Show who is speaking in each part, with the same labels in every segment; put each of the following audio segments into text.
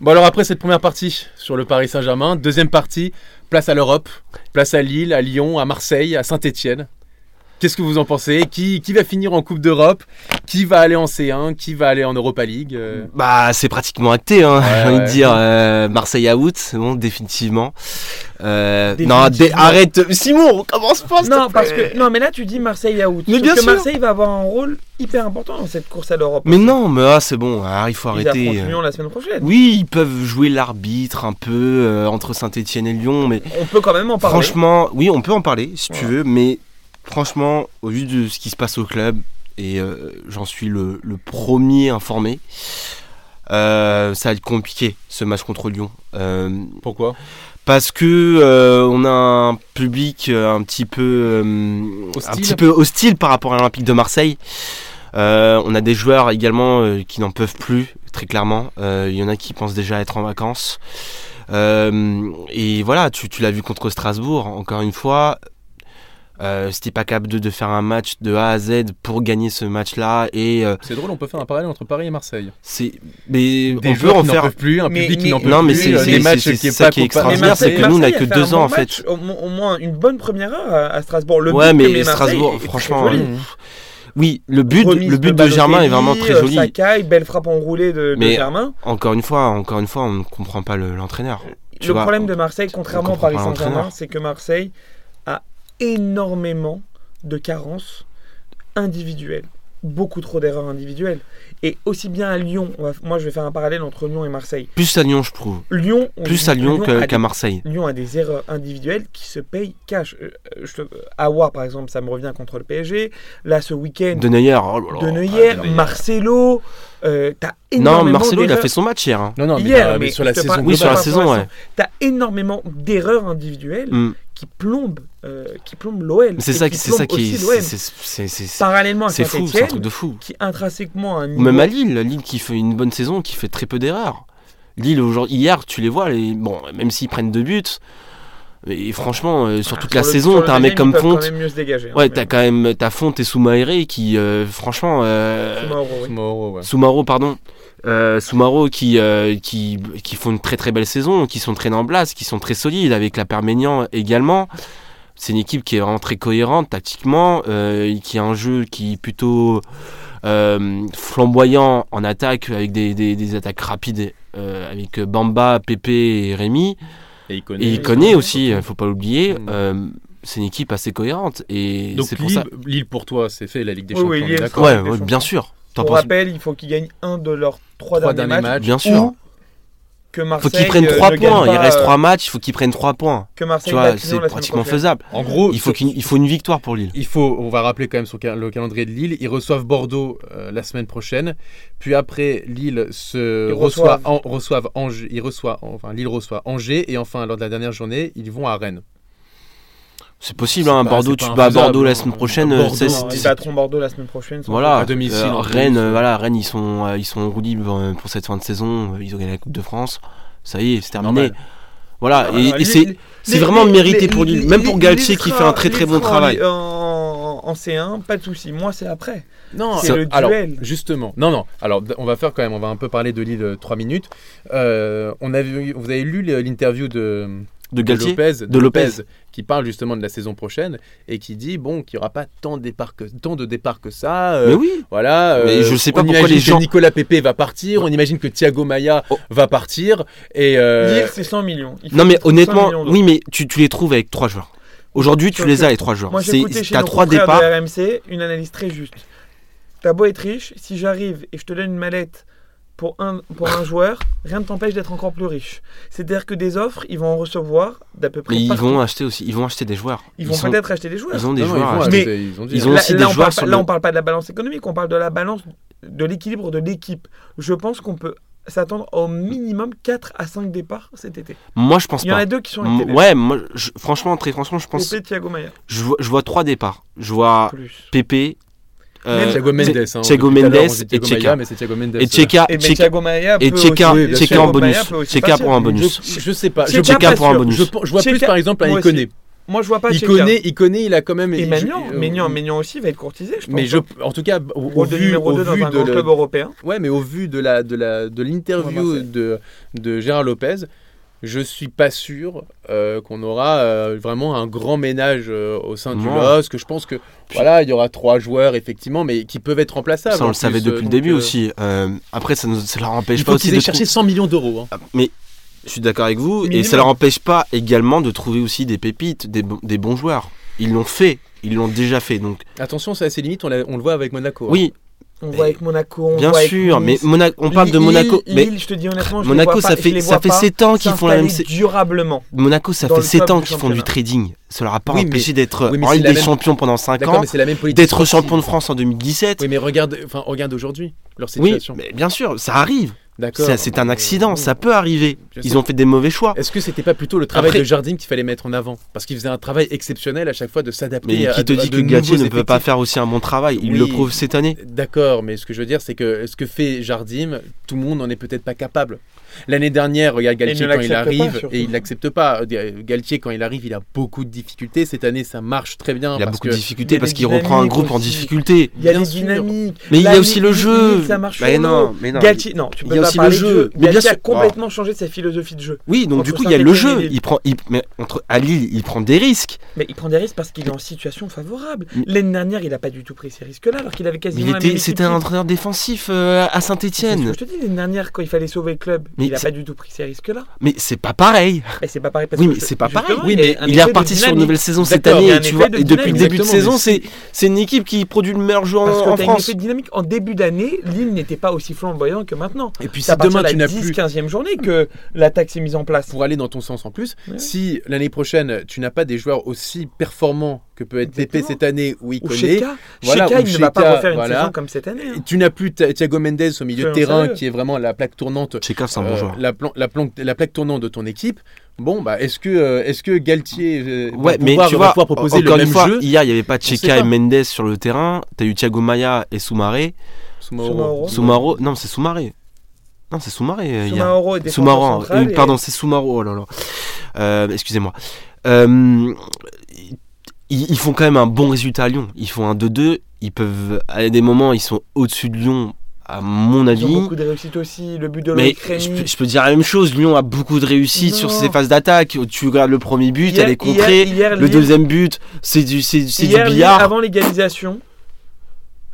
Speaker 1: Bon alors après cette première partie sur le Paris Saint-Germain, deuxième partie, place à l'Europe, place à Lille, à Lyon, à Marseille, à Saint-Étienne. Qu'est-ce que vous en pensez qui, qui va finir en Coupe d'Europe Qui va aller en C1 Qui va aller en Europa League Euh,
Speaker 2: Bah, c'est pratiquement acté, hein,
Speaker 1: Ouais,
Speaker 2: j'ai envie de
Speaker 1: ouais.
Speaker 2: dire. euh, Marseille à août, c'est bon, définitivement. Euh,
Speaker 3: Définitivement.
Speaker 2: Non, dé- arrête, Simon, on commence pas. s'il te
Speaker 3: Non, parce
Speaker 2: plaît.
Speaker 3: que, non, mais là tu dis Marseille à août.
Speaker 2: Mais
Speaker 3: Sauf
Speaker 2: bien
Speaker 3: que
Speaker 2: sûr.
Speaker 3: Marseille va avoir un rôle hyper important dans cette course à l'Europe.
Speaker 2: Mais non, mais ah, c'est bon, ah, il faut
Speaker 3: Ils affrontent
Speaker 2: arrêter.
Speaker 3: Lyon la semaine prochaine.
Speaker 2: Oui, ils peuvent jouer l'arbitre un peu euh, entre Saint-Etienne et Lyon, mais
Speaker 3: On peut quand même en parler.
Speaker 2: franchement, oui, on peut en parler si tu
Speaker 3: Voilà.
Speaker 2: veux, mais franchement, au vu de ce qui se passe au club, et euh, j'en suis le, le premier informé, euh, ça va être compliqué ce match contre Lyon. Euh,
Speaker 1: Pourquoi
Speaker 2: parce que euh, on a un public euh, un petit peu euh, un
Speaker 1: Hostile.
Speaker 2: petit peu hostile par rapport à l'Olympique de Marseille. Euh, on a des joueurs également euh, qui n'en peuvent plus très clairement. Euh, Il y en a qui pensent déjà être en vacances. Euh, et voilà, tu, tu l'as vu contre Strasbourg encore une fois. Euh, si t'es pas capable de, de faire un match de A à Z pour gagner ce match-là, et euh,
Speaker 1: C'est drôle, on peut faire un parallèle entre Paris et Marseille.
Speaker 2: c'est, mais
Speaker 1: Des
Speaker 2: on peut
Speaker 1: joueurs
Speaker 2: en
Speaker 1: qui n'en
Speaker 2: faire
Speaker 1: peuvent plus, un
Speaker 3: Mais-
Speaker 1: public qui
Speaker 3: mais-
Speaker 1: n'en peut
Speaker 2: Non, mais
Speaker 1: plus,
Speaker 2: c'est-
Speaker 1: euh,
Speaker 2: c'est-
Speaker 1: des matchs
Speaker 2: c'est-
Speaker 1: qui
Speaker 2: c'est
Speaker 1: est
Speaker 2: ça
Speaker 1: pas
Speaker 2: qui est
Speaker 1: comparable.
Speaker 3: Mais
Speaker 2: extraordinaire,
Speaker 3: Marseille-
Speaker 2: c'est que nous, on a
Speaker 3: Marseille
Speaker 2: que
Speaker 3: fait
Speaker 2: deux
Speaker 3: un bon
Speaker 2: ans, en fait.
Speaker 3: match, Au, au moins une bonne première heure à, à Strasbourg. Le
Speaker 2: Ouais,
Speaker 3: but que
Speaker 2: mais
Speaker 3: met Marseille
Speaker 2: Strasbourg,
Speaker 3: est très
Speaker 2: franchement,
Speaker 3: joli.
Speaker 2: Oui, le but,
Speaker 3: Remise
Speaker 2: le but de
Speaker 3: Balotelli,
Speaker 2: Germain est vraiment très
Speaker 3: euh,
Speaker 2: joli.
Speaker 3: Sakai, belle frappe enroulée de, de
Speaker 2: Mais-
Speaker 3: Germain.
Speaker 2: Encore une fois, encore une fois, on ne comprend pas le- l'entraîneur. Tu
Speaker 3: le
Speaker 2: vois,
Speaker 3: problème
Speaker 2: on-
Speaker 3: de Marseille, contrairement à
Speaker 2: comprend
Speaker 3: Paris
Speaker 2: pas
Speaker 3: Saint-Germain,
Speaker 2: l'entraîneur.
Speaker 3: c'est que Marseille a énormément de carences individuelles. Beaucoup trop d'erreurs individuelles. Et aussi bien à Lyon, on va- moi je vais faire un parallèle entre Lyon et Marseille.
Speaker 2: Plus à Lyon, je trouve.
Speaker 3: Lyon, on-
Speaker 2: Plus à Lyon que-
Speaker 3: a
Speaker 2: qu'à
Speaker 3: des-
Speaker 2: Marseille.
Speaker 3: Lyon a des erreurs individuelles qui se payent cash. Euh, euh, Je te... Aouar, par exemple, ça me revient contre le PSG. Là, ce week-end,
Speaker 2: De Neuer, oh là là.
Speaker 3: de Neuer, Marcelo, euh, t'as
Speaker 2: Non,
Speaker 3: énormément
Speaker 2: Marcelo, il a
Speaker 3: d'erreurs.
Speaker 2: fait son match hier. hein.
Speaker 1: Non, non, mais,
Speaker 3: Hier,
Speaker 1: euh,
Speaker 3: mais
Speaker 1: mais sur la
Speaker 3: je te
Speaker 1: saison
Speaker 3: parle-
Speaker 2: Oui, sur la
Speaker 3: Par
Speaker 2: saison,
Speaker 3: rapport à
Speaker 2: ouais.
Speaker 3: T'as énormément d'erreurs individuelles
Speaker 2: Mm.
Speaker 3: qui plombent, euh, qui plombent l'OL.
Speaker 2: Mais C'est
Speaker 3: et
Speaker 2: ça, qui-
Speaker 3: qui
Speaker 2: c'est ça
Speaker 3: plombent
Speaker 2: qui est.
Speaker 3: aussi l'OM.
Speaker 2: c'est- c'est- c'est- c'est-
Speaker 3: Parallèlement à
Speaker 2: C'est fou, c'est un truc
Speaker 3: Saint-Etienne,
Speaker 2: de fou.
Speaker 3: qui intrinsèquement a un
Speaker 2: Ou
Speaker 3: niveau...
Speaker 2: même à Lille, Lille qui fait une bonne saison, qui fait très peu d'erreurs. Lille, aujourd'hui, hier, tu les vois, les... bon, même s'ils prennent deux buts, et franchement, euh, sur toute la
Speaker 3: Sur le- sur
Speaker 2: saison,
Speaker 3: le
Speaker 2: t'as un mec
Speaker 3: deuxième,
Speaker 2: comme
Speaker 3: ils peuvent
Speaker 2: Fonte.
Speaker 3: quand même mieux se dégager. hein,
Speaker 2: Ouais,
Speaker 3: mais-
Speaker 2: t'as quand même ta Fonte et Soumaéré qui, euh, franchement, euh,
Speaker 3: Mauro, oui.
Speaker 1: Moro, ouais.
Speaker 2: Soumaro, pardon. Euh, Soumaro qui, euh, qui, qui font une très très belle saison, qui sont très en place, qui sont très solides avec la Perménian également. C'est une équipe qui est vraiment très cohérente tactiquement, euh, et qui a un jeu qui est plutôt euh, flamboyant en attaque avec des, des- des attaques rapides euh, avec Bamba, Pépé et Rémi.
Speaker 1: Et il
Speaker 2: Et
Speaker 1: connaît.
Speaker 2: il connaît aussi, il faut pas l'oublier.
Speaker 1: Mm.
Speaker 2: euh, c'est une équipe assez cohérente et
Speaker 1: Donc
Speaker 2: c'est pour
Speaker 1: Lille,
Speaker 2: ça.
Speaker 1: Lille, pour toi, c'est fait la Ligue des
Speaker 3: Oui,
Speaker 1: Champions.
Speaker 3: oui,
Speaker 1: on est
Speaker 3: Lille,
Speaker 1: d'accord.
Speaker 2: Ouais,
Speaker 3: Ligue des
Speaker 2: ouais, bien
Speaker 3: Champions.
Speaker 2: sûr. T'en
Speaker 3: Pour
Speaker 2: penses
Speaker 3: rappel, il faut qu'ils gagnent un de leurs trois,
Speaker 1: Trois
Speaker 3: derniers,
Speaker 1: derniers
Speaker 3: matchs.
Speaker 1: matchs.
Speaker 2: Bien sûr.
Speaker 3: Que Marseille,
Speaker 2: faut qu'ils prennent
Speaker 3: euh,
Speaker 2: 3
Speaker 3: ne gagne
Speaker 2: points. Il
Speaker 3: pas,
Speaker 2: reste
Speaker 3: euh,
Speaker 2: 3 matchs, il faut qu'ils prennent 3 points.
Speaker 3: Que
Speaker 2: Tu
Speaker 3: Marseille
Speaker 2: vois,
Speaker 3: batte Lyon
Speaker 2: c'est
Speaker 3: la semaine
Speaker 2: pratiquement
Speaker 3: prochaine.
Speaker 2: faisable.
Speaker 1: En gros,
Speaker 2: Il faut,
Speaker 1: sur-
Speaker 2: qu'il- il faut une victoire pour Lille.
Speaker 1: Il faut, on va rappeler quand même son cal- le calendrier de Lille. Ils reçoivent Bordeaux euh, la semaine prochaine. Puis après, Lille se
Speaker 3: Ils
Speaker 1: reçoit,
Speaker 3: reçoivent.
Speaker 1: en- reçoivent Angers. Ils reçoivent, enfin, Lille reçoit Angers. Et enfin, lors de la dernière journée, ils vont à Rennes.
Speaker 2: C'est possible,
Speaker 1: C'est
Speaker 2: hein,
Speaker 1: pas-
Speaker 2: Bordeaux,
Speaker 1: c'est
Speaker 2: tu
Speaker 1: pas
Speaker 2: te bats à Bordeaux
Speaker 1: infaisable,
Speaker 2: la
Speaker 1: hein.
Speaker 2: semaine prochaine.
Speaker 1: Bordeaux,
Speaker 2: euh, c'est-
Speaker 1: hein,
Speaker 2: c'est-
Speaker 3: Ils battront Bordeaux la semaine prochaine. sans
Speaker 2: voilà,
Speaker 1: à domicile,
Speaker 2: Euh,
Speaker 1: en plus.
Speaker 2: Rennes, euh, voilà, Rennes, ils sont, euh, ils sont en roue libre euh, pour cette fin de saison. Ils ont gagné la Coupe de France. Ça y est, c'est terminé.
Speaker 1: Normal.
Speaker 2: Voilà,
Speaker 3: Ah,
Speaker 2: et,
Speaker 3: non,
Speaker 2: et
Speaker 3: Lille-
Speaker 2: c'est, c'est
Speaker 3: Les-
Speaker 2: vraiment
Speaker 3: les-
Speaker 2: mérité
Speaker 3: les-
Speaker 2: pour
Speaker 3: les-
Speaker 2: Lille. Même
Speaker 3: les-
Speaker 2: pour
Speaker 3: les
Speaker 2: Galtier qui
Speaker 3: sera-
Speaker 2: fait un très très
Speaker 3: les
Speaker 2: bon
Speaker 3: sera
Speaker 2: travail.
Speaker 3: En, en- en C1, pas de souci. Moi, c'est après.
Speaker 1: Non,
Speaker 3: C'est le
Speaker 1: alors,
Speaker 3: duel.
Speaker 1: justement. Non, non. Alors, d- on va faire quand même. On va un peu parler de Lille euh, trois minutes. Euh, on a vu- vous avez lu le- l'interview de, de
Speaker 2: De Galtier
Speaker 1: Lopez,
Speaker 2: De Lopez.
Speaker 1: qui parle justement de la saison prochaine et qui dit bon qu'il n'y aura pas tant, de départs que- tant de départs que ça. euh,
Speaker 2: Mais oui,
Speaker 1: Voilà. euh,
Speaker 2: Mais je sais pas
Speaker 1: on
Speaker 2: pourquoi
Speaker 1: imagine
Speaker 2: les
Speaker 1: que
Speaker 2: gens-
Speaker 1: Nicolas Pepe va partir. On imagine que Thiago Maia
Speaker 2: Oh.
Speaker 1: va partir. Et euh,
Speaker 3: Lille, c'est 100 millions. Il faut
Speaker 2: non mais
Speaker 3: 100
Speaker 2: honnêtement,
Speaker 3: millions d'euros.
Speaker 2: oui, mais tu, tu les trouves avec trois joueurs. Aujourd'hui, tu
Speaker 3: Sauf
Speaker 2: les
Speaker 3: que
Speaker 2: as les trois joueurs.
Speaker 3: Moi, j'ai
Speaker 2: C'est,
Speaker 3: écouté chez
Speaker 2: t'as
Speaker 3: nos
Speaker 2: trois
Speaker 3: confrères
Speaker 2: départs.
Speaker 3: de RMC une analyse très juste. T'as beau être riche, si j'arrive et je te donne une mallette pour un, pour un joueur, rien ne t'empêche d'être encore plus riche. C'est-à-dire que des offres, ils vont en recevoir d'à peu près
Speaker 2: Mais ils
Speaker 3: partout.
Speaker 2: vont acheter aussi, ils vont acheter des joueurs.
Speaker 3: Ils vont
Speaker 2: sont-
Speaker 3: peut-être acheter des joueurs.
Speaker 2: ils ont des
Speaker 1: non, non, ils
Speaker 2: joueurs. à
Speaker 1: vont
Speaker 2: acheter.
Speaker 1: acheter, ils ont dit,
Speaker 2: ils
Speaker 1: hein.
Speaker 2: ont
Speaker 3: là,
Speaker 2: aussi
Speaker 3: là,
Speaker 2: des
Speaker 3: on
Speaker 2: joueurs
Speaker 3: parle, pas-
Speaker 2: sur
Speaker 3: là,
Speaker 2: le-
Speaker 3: on parle pas de la balance économique, on parle de la balance de l'équilibre de l'équipe. Je pense qu'on peut s'attendre au minimum 4 à 5 départs cet été.
Speaker 2: Moi, je pense
Speaker 3: Il y en
Speaker 2: pas.
Speaker 3: a deux qui sont
Speaker 2: M-
Speaker 3: actés.
Speaker 2: Mm, Ouais, moi, je- franchement, très franchement, je pense.
Speaker 3: Pépé, Thiago Maia.
Speaker 2: Je vois, je vois trois départs. Je vois
Speaker 3: Plus.
Speaker 2: Pépé, euh,
Speaker 3: Même
Speaker 1: Thiago Mendes, hein,
Speaker 2: Thi-
Speaker 1: depuis
Speaker 2: Thiago
Speaker 1: tout à l'heure, on
Speaker 2: Mendes
Speaker 1: dit
Speaker 2: et
Speaker 1: Thiago Maia,
Speaker 2: Tcheka.
Speaker 1: mais c'est Thiago Mendes. euh,
Speaker 2: Et Tcheka,
Speaker 3: Et mais
Speaker 2: Tcheka-
Speaker 3: Eh ben, Thiago Maia peut
Speaker 2: Ah, et Tcheka,
Speaker 3: aussi-
Speaker 1: oui, bien
Speaker 2: Tcheka
Speaker 3: sûr.
Speaker 2: en
Speaker 3: Thiago Maia
Speaker 2: bonus.
Speaker 3: peut aussi
Speaker 2: Tcheka
Speaker 3: partir.
Speaker 2: pour un
Speaker 1: Je,
Speaker 2: bonus.
Speaker 1: je sais pas.
Speaker 3: C'est
Speaker 1: Je,
Speaker 3: Tcheka,
Speaker 2: Tcheka
Speaker 3: pas
Speaker 2: pour un
Speaker 3: sûr.
Speaker 2: bonus.
Speaker 1: je- je vois plus
Speaker 3: Tcheka,
Speaker 1: par exemple un
Speaker 3: moi
Speaker 1: Iconé.
Speaker 3: Moi, je vois pas
Speaker 1: il
Speaker 3: Tcheka.
Speaker 1: connaît, il connaît, il a quand même.
Speaker 3: Et
Speaker 1: il-
Speaker 3: Maignan,
Speaker 1: euh,
Speaker 3: Maignan, Maignan aussi va être courtisé, je pense.
Speaker 1: Mais je, en tout cas, au, au
Speaker 3: Rôle de
Speaker 1: vu,
Speaker 3: numéro
Speaker 1: au
Speaker 3: 2 dans
Speaker 1: vu
Speaker 3: un
Speaker 1: de
Speaker 3: grand
Speaker 1: le-
Speaker 3: club européen.
Speaker 1: ouais, mais au vu de la de la de
Speaker 3: Ouais,
Speaker 1: l'interview
Speaker 3: Marseille.
Speaker 1: de de Gérard Lopez, je suis pas sûr euh, qu'on aura euh, vraiment un grand ménage euh, au sein du
Speaker 2: Non.
Speaker 1: LOSC. Je pense que voilà, il y aura trois joueurs effectivement, mais qui peuvent être remplaçables.
Speaker 2: Ça, on
Speaker 1: en
Speaker 2: le savait
Speaker 1: plus, euh,
Speaker 2: depuis le
Speaker 1: donc,
Speaker 2: début
Speaker 1: euh,
Speaker 2: aussi. Euh, après, ça ne ça leur empêche
Speaker 1: Il
Speaker 2: pas
Speaker 1: faut
Speaker 2: aussi
Speaker 1: qu'ils
Speaker 2: de
Speaker 1: aient cherché 100 millions d'euros. hein.
Speaker 2: Ah, Mais je suis d'accord avec vous, et
Speaker 3: Minimum.
Speaker 2: ça leur empêche pas également de trouver aussi des pépites, des, bo- des bons joueurs. Ils l'ont fait, ils l'ont déjà fait. Donc
Speaker 1: Attention, c'est à ses limites. On, l'a- on le voit avec Monaco. hein.
Speaker 2: oui,
Speaker 3: On
Speaker 2: Mais-
Speaker 3: voit avec Monaco, on
Speaker 2: bien
Speaker 3: voit avec
Speaker 2: sûr. Mais
Speaker 3: Nice.
Speaker 2: Monaco, on parle de
Speaker 3: Lille-
Speaker 2: Monaco, mais
Speaker 3: Lille, je te dis honnêtement, je les
Speaker 2: Monaco,
Speaker 3: vois pas-
Speaker 2: ça
Speaker 3: je
Speaker 2: fait
Speaker 3: les
Speaker 2: ça
Speaker 3: vois
Speaker 2: fait
Speaker 3: pas
Speaker 2: 7 ans qu'ils font la même. sé-
Speaker 3: s'installer durablement.
Speaker 2: Monaco, ça
Speaker 3: dans
Speaker 2: fait
Speaker 3: le top
Speaker 2: 7 ans
Speaker 3: du
Speaker 2: qu'ils font du
Speaker 3: championnat.
Speaker 2: trading. Ça leur a pas
Speaker 1: Oui, mais-
Speaker 2: empêché d'être
Speaker 1: oui, mais
Speaker 2: en
Speaker 1: c'est
Speaker 2: Ligue
Speaker 1: la
Speaker 2: des
Speaker 1: même-
Speaker 2: Champions pendant 5
Speaker 1: D'accord,
Speaker 2: ans,
Speaker 1: mais c'est la même politique.
Speaker 2: d'être
Speaker 1: sportive.
Speaker 2: champion de France en 2017.
Speaker 1: Oui, mais regarde, enfin, regarde aujourd'hui leur
Speaker 2: Oui,
Speaker 1: situation.
Speaker 2: mais bien sûr, ça arrive.
Speaker 1: D'accord. Euh,
Speaker 2: C'est c'est un accident,
Speaker 1: Oui.
Speaker 2: ça peut arriver.
Speaker 1: Je sais.
Speaker 2: Ils ont fait des mauvais choix.
Speaker 1: Est-ce que c'était pas plutôt le travail
Speaker 2: Après-
Speaker 1: de Jardim qu'il fallait mettre en avant Parce qu'il faisait un travail exceptionnel à chaque fois de s'adapter
Speaker 2: Mais
Speaker 1: à,
Speaker 3: euh,
Speaker 2: qui te
Speaker 1: à
Speaker 2: dit
Speaker 1: de
Speaker 2: que Gatti
Speaker 1: nouveaux
Speaker 2: ne peut pas
Speaker 1: effectifs.
Speaker 2: faire aussi un bon travail Il
Speaker 1: Oui.
Speaker 2: le prouve cette année.
Speaker 1: D'accord, mais ce que je veux dire, c'est que ce que fait Jardim, tout le monde n'en est peut-être pas capable. L'année dernière, regarde
Speaker 3: Et il
Speaker 1: Galtier
Speaker 3: ne
Speaker 1: quand il
Speaker 3: l'accepte pas,
Speaker 1: arrive
Speaker 3: surtout.
Speaker 1: et il l'accepte pas. Euh, Galtier, quand il arrive, il a beaucoup de difficultés. Cette année, ça marche très bien.
Speaker 2: Il a
Speaker 1: parce
Speaker 2: beaucoup
Speaker 1: que...
Speaker 2: de difficultés
Speaker 3: il y a
Speaker 2: parce
Speaker 3: des
Speaker 2: qu'il reprend un
Speaker 3: dynamiques
Speaker 2: groupe en
Speaker 3: aussi.
Speaker 2: difficulté.
Speaker 3: Il y a
Speaker 1: Bien
Speaker 3: des
Speaker 1: sûr.
Speaker 3: dynamiques.
Speaker 2: Mais il y
Speaker 3: Là,
Speaker 2: a aussi le
Speaker 3: Lille-
Speaker 2: jeu.
Speaker 3: Lille, ça marche
Speaker 2: Bah
Speaker 3: sur le
Speaker 2: non, mais non.
Speaker 3: Galtier, non, tu
Speaker 2: Il y
Speaker 3: peux
Speaker 2: a
Speaker 3: pas
Speaker 2: aussi
Speaker 3: parler
Speaker 2: le
Speaker 3: de
Speaker 2: jeu. Mais bien
Speaker 3: Galtier a
Speaker 2: sûr.
Speaker 3: complètement changé sa philosophie de jeu.
Speaker 2: Oui, donc
Speaker 3: Entre
Speaker 2: du coup, il y a le
Speaker 3: Saint-Étienne et
Speaker 2: jeu.
Speaker 3: Lille.
Speaker 2: Il prend, il- mais entre à Lille, il prend des risques.
Speaker 3: Mais il prend des risques parce qu'il est en situation favorable.
Speaker 2: Mm.
Speaker 3: L'année dernière, il n'a pas du tout pris ces risques-là, alors qu'il avait
Speaker 2: Mais
Speaker 3: quasiment
Speaker 2: il
Speaker 3: la même
Speaker 2: était,
Speaker 3: équipe
Speaker 2: c'était un
Speaker 3: type.
Speaker 2: entraîneur défensif euh, à
Speaker 3: C'est ce que
Speaker 2: Saint-Étienne.
Speaker 3: je te dis, l'année dernière, quand il fallait sauver le club,
Speaker 2: Mais
Speaker 3: il n'a
Speaker 2: c'est-
Speaker 3: pas du tout pris ces risques-là.
Speaker 2: Mais c'est pas pareil.
Speaker 3: Mais c'est pas pareil. Parce
Speaker 2: Oui,
Speaker 3: que
Speaker 2: mais
Speaker 3: je-
Speaker 2: c'est pas pareil.
Speaker 3: justement,
Speaker 2: Oui,
Speaker 3: il y
Speaker 2: mais
Speaker 3: a un
Speaker 2: il
Speaker 3: effet
Speaker 2: est
Speaker 3: de
Speaker 2: reparti sur une
Speaker 3: dynamique.
Speaker 2: nouvelle saison cette
Speaker 1: D'accord, il y a
Speaker 2: année.
Speaker 1: un
Speaker 2: Et, tu
Speaker 3: effet
Speaker 2: vois,
Speaker 3: de
Speaker 2: et depuis le
Speaker 3: dynamique.
Speaker 2: début de
Speaker 1: Exactement,
Speaker 2: saison,
Speaker 1: mais
Speaker 2: c'est, c'est une équipe qui produit le meilleur joueur
Speaker 3: Parce
Speaker 2: en,
Speaker 3: que
Speaker 2: en
Speaker 3: t'as une
Speaker 2: France.
Speaker 3: effet de dynamique. En début d'année, Lille n'était pas aussi flamboyant que maintenant.
Speaker 1: Et puis
Speaker 3: C'est
Speaker 1: si
Speaker 3: à partir
Speaker 1: demain
Speaker 3: de la
Speaker 1: tu n'as plus
Speaker 3: 10-15e journée que l'attaque s'est mise en place.
Speaker 1: pour aller dans ton sens en plus,
Speaker 3: Ouais.
Speaker 1: si l'année prochaine tu n'as pas des joueurs aussi performants que peut être Pépé
Speaker 3: Exactement.
Speaker 1: cette année ou
Speaker 3: Ou
Speaker 1: Iconé,
Speaker 3: Sheka,
Speaker 1: Voilà,
Speaker 3: Sheka,
Speaker 1: ou
Speaker 3: il ne va pas
Speaker 1: Sheka,
Speaker 3: refaire une
Speaker 1: voilà.
Speaker 3: saison comme cette année. hein.
Speaker 1: tu n'as plus Thi- Thiago Mendes au milieu de
Speaker 3: Soyons
Speaker 1: terrain
Speaker 3: sérieux.
Speaker 1: qui est vraiment la plaque tournante,
Speaker 2: Tchekov, c'est un
Speaker 1: euh,
Speaker 2: bon joueur.
Speaker 1: la, plan- la, plan- la plaque tournante de ton équipe. Bon bah est-ce que euh, est-ce que Galtier euh, va
Speaker 2: Ouais, mais
Speaker 1: pouvoir,
Speaker 2: tu
Speaker 1: va
Speaker 2: vois,
Speaker 1: pouvoir proposer
Speaker 2: encore
Speaker 1: le
Speaker 2: une
Speaker 1: même
Speaker 2: fois,
Speaker 1: jeu
Speaker 2: hier, il n'y avait pas
Speaker 1: sait
Speaker 2: Tcheka et
Speaker 1: pas.
Speaker 2: Mendes sur le terrain. T'as eu Thiago Maya et Soumaré.
Speaker 1: Soumaoro.
Speaker 3: Soumaoro.
Speaker 2: Soumaro, non, c'est Soumaré. Non, c'est Soumaré. euh, hier.
Speaker 3: Soumaoro est défenseur
Speaker 2: Soumaro,
Speaker 3: central
Speaker 2: euh,
Speaker 3: et-
Speaker 2: pardon, c'est Soumaro. Oh là là. Euh, Excusez-moi. Euh, ils, ils font quand même un bon résultat à Lyon. Ils font un 2-2. Ils peuvent, à des moments, ils sont au-dessus de Lyon, à mon
Speaker 3: Ils ont
Speaker 2: avis.
Speaker 3: beaucoup de réussite aussi, le but de
Speaker 2: Mais
Speaker 3: Loïc
Speaker 2: je,
Speaker 3: Rémy.
Speaker 2: peux- je peux dire la même chose. Lyon a beaucoup de réussite sur
Speaker 3: Non.
Speaker 2: ses phases d'attaque. Tu regardes le premier but,
Speaker 3: Hier-
Speaker 2: elle est contrée.
Speaker 3: hier- hier,
Speaker 2: le
Speaker 3: Lille-
Speaker 2: deuxième but, c'est du, c'est du- c'est du
Speaker 3: hier, Lille,
Speaker 2: billard.
Speaker 3: avant l'égalisation,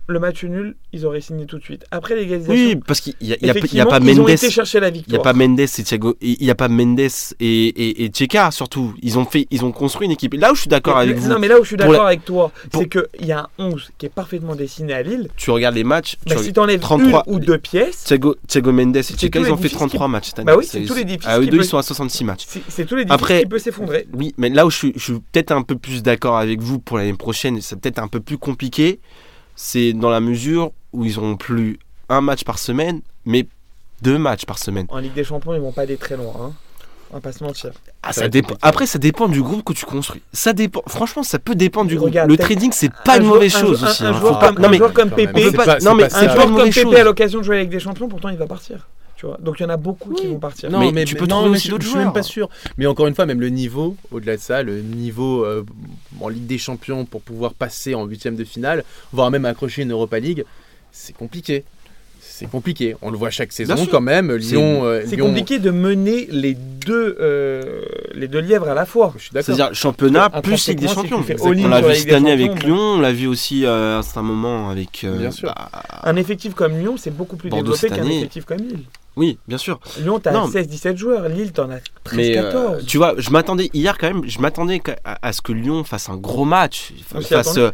Speaker 3: le match nul, ils auraient signé tout de suite. Après l'égalisation,
Speaker 2: Oui, parce qu'il n'y a, il y a pas- il y a
Speaker 3: effectivement,
Speaker 2: pas
Speaker 3: ils
Speaker 2: Mendes.
Speaker 3: ont été chercher la
Speaker 2: Il n'y a
Speaker 3: victoire.
Speaker 2: pas Mendes et Thiago, il n'y a pas Mendes et, et, et Tcheka surtout. Ils ont fait, ils ont construit une équipe. Là où je suis d'accord
Speaker 3: Mais-
Speaker 2: avec
Speaker 3: mais-
Speaker 2: vous,
Speaker 3: Non, mais là où je suis
Speaker 2: Pour
Speaker 3: d'accord avec toi,
Speaker 2: pour-
Speaker 3: c'est qu'il y a un 11 qui est parfaitement dessiné à Lille.
Speaker 2: tu regardes les matchs, tu
Speaker 3: Bah,
Speaker 2: regardes-
Speaker 3: si t'enlèves
Speaker 2: 33
Speaker 3: une ou deux pièces,
Speaker 2: Thiago, Thiago Mendes et
Speaker 3: tous
Speaker 2: Tcheka,
Speaker 3: les
Speaker 2: ils ont fait
Speaker 3: défis qui-
Speaker 2: 33 matchs cette année.
Speaker 3: Bah oui, c'est tous les défis
Speaker 2: À eux
Speaker 3: qui
Speaker 2: deux,
Speaker 3: peuvent-
Speaker 2: ils sont à 66 matchs.
Speaker 3: c'est c'est tout l'édifice
Speaker 2: Après-
Speaker 3: qui peut s'effondrer.
Speaker 2: Oui, mais là où je suis, je suis peut-être un peu plus d'accord avec vous pour l'année prochaine, et c'est peut-être un peu plus compliqué, c'est dans la mesure où ils ont plus un match par semaine, mais deux matchs par semaine.
Speaker 3: En Ligue des Champions, ils vont pas aller très loin. hein. On va pas se mentir.
Speaker 2: Ah,
Speaker 1: Ça
Speaker 2: ça
Speaker 1: va être
Speaker 2: dépend-
Speaker 1: compliqué.
Speaker 2: Après, ça dépend du groupe que tu construis. Ça dépend. Franchement, ça peut dépendre du groupe.
Speaker 3: Regarde,
Speaker 2: le
Speaker 3: t'as-
Speaker 2: trading, c'est pas
Speaker 3: un
Speaker 2: une
Speaker 3: jou-
Speaker 2: mauvaise
Speaker 3: un
Speaker 2: chose
Speaker 3: jou- un-
Speaker 2: aussi.
Speaker 3: un
Speaker 2: hein.
Speaker 3: joueur
Speaker 2: Faut pas-
Speaker 3: comme-
Speaker 2: Non,
Speaker 3: un
Speaker 2: mais
Speaker 3: joueur comme
Speaker 1: Quand même,
Speaker 3: Pépé-
Speaker 1: c'est
Speaker 2: On peut pas-
Speaker 1: c'est
Speaker 2: non, mais
Speaker 1: ça.
Speaker 3: Un
Speaker 2: c'est pas
Speaker 3: joueur
Speaker 2: une
Speaker 3: comme
Speaker 2: mauvaise
Speaker 3: Pépé
Speaker 2: chose.
Speaker 3: à l'occasion de jouer avec des champions, pourtant il va partir. Tu vois. Donc il y en a beaucoup qui
Speaker 1: Oui.
Speaker 3: vont partir.
Speaker 1: Non,
Speaker 2: Mais
Speaker 1: mais
Speaker 2: tu
Speaker 1: mais-
Speaker 2: peux
Speaker 1: non,
Speaker 2: trouver
Speaker 1: mais
Speaker 2: aussi
Speaker 1: je-
Speaker 2: d'autres
Speaker 1: Je suis même
Speaker 2: joueurs.
Speaker 1: pas sûr. Mais encore une fois, même le niveau, au-delà de ça, le niveau euh, en Ligue des Champions pour pouvoir passer en huitième de finale, voire même accrocher une Europa League, c'est compliqué. C'est compliqué. On le voit chaque saison
Speaker 2: sûr.
Speaker 1: quand même.
Speaker 2: C'est-
Speaker 1: Lyon, euh,
Speaker 3: C'est
Speaker 1: Lyon-
Speaker 3: compliqué de mener les deux, euh, les deux lièvres à la fois.
Speaker 1: Je suis d'accord.
Speaker 2: C'est-à-dire championnat
Speaker 3: Parce que,
Speaker 2: plus Ligue des
Speaker 3: intrinsèquement,
Speaker 2: Champions.
Speaker 3: si tu fais
Speaker 1: all-in
Speaker 2: On l'a
Speaker 3: sur
Speaker 2: vu
Speaker 3: la Ligue
Speaker 2: cette
Speaker 3: des
Speaker 2: année avec
Speaker 3: Champions,
Speaker 2: Lyon, on l'a vu aussi euh, à un certain moment avec. euh,
Speaker 1: Bien sûr.
Speaker 2: bah,
Speaker 3: Un effectif comme Lyon, c'est beaucoup plus
Speaker 2: Bordeaux
Speaker 3: développé
Speaker 2: cette
Speaker 3: qu'un
Speaker 2: année.
Speaker 3: effectif comme Lille.
Speaker 2: oui, bien sûr.
Speaker 3: Lyon, t'as
Speaker 2: Non,
Speaker 3: 16-17 joueurs. Lille, t'en as
Speaker 2: Mais euh,
Speaker 3: 13-14.
Speaker 2: tu vois, je m'attendais hier quand même, je m'attendais qu'à- à, à ce que Lyon fasse un gros match,
Speaker 3: On s'y
Speaker 2: fasse,
Speaker 3: attendait.
Speaker 2: euh,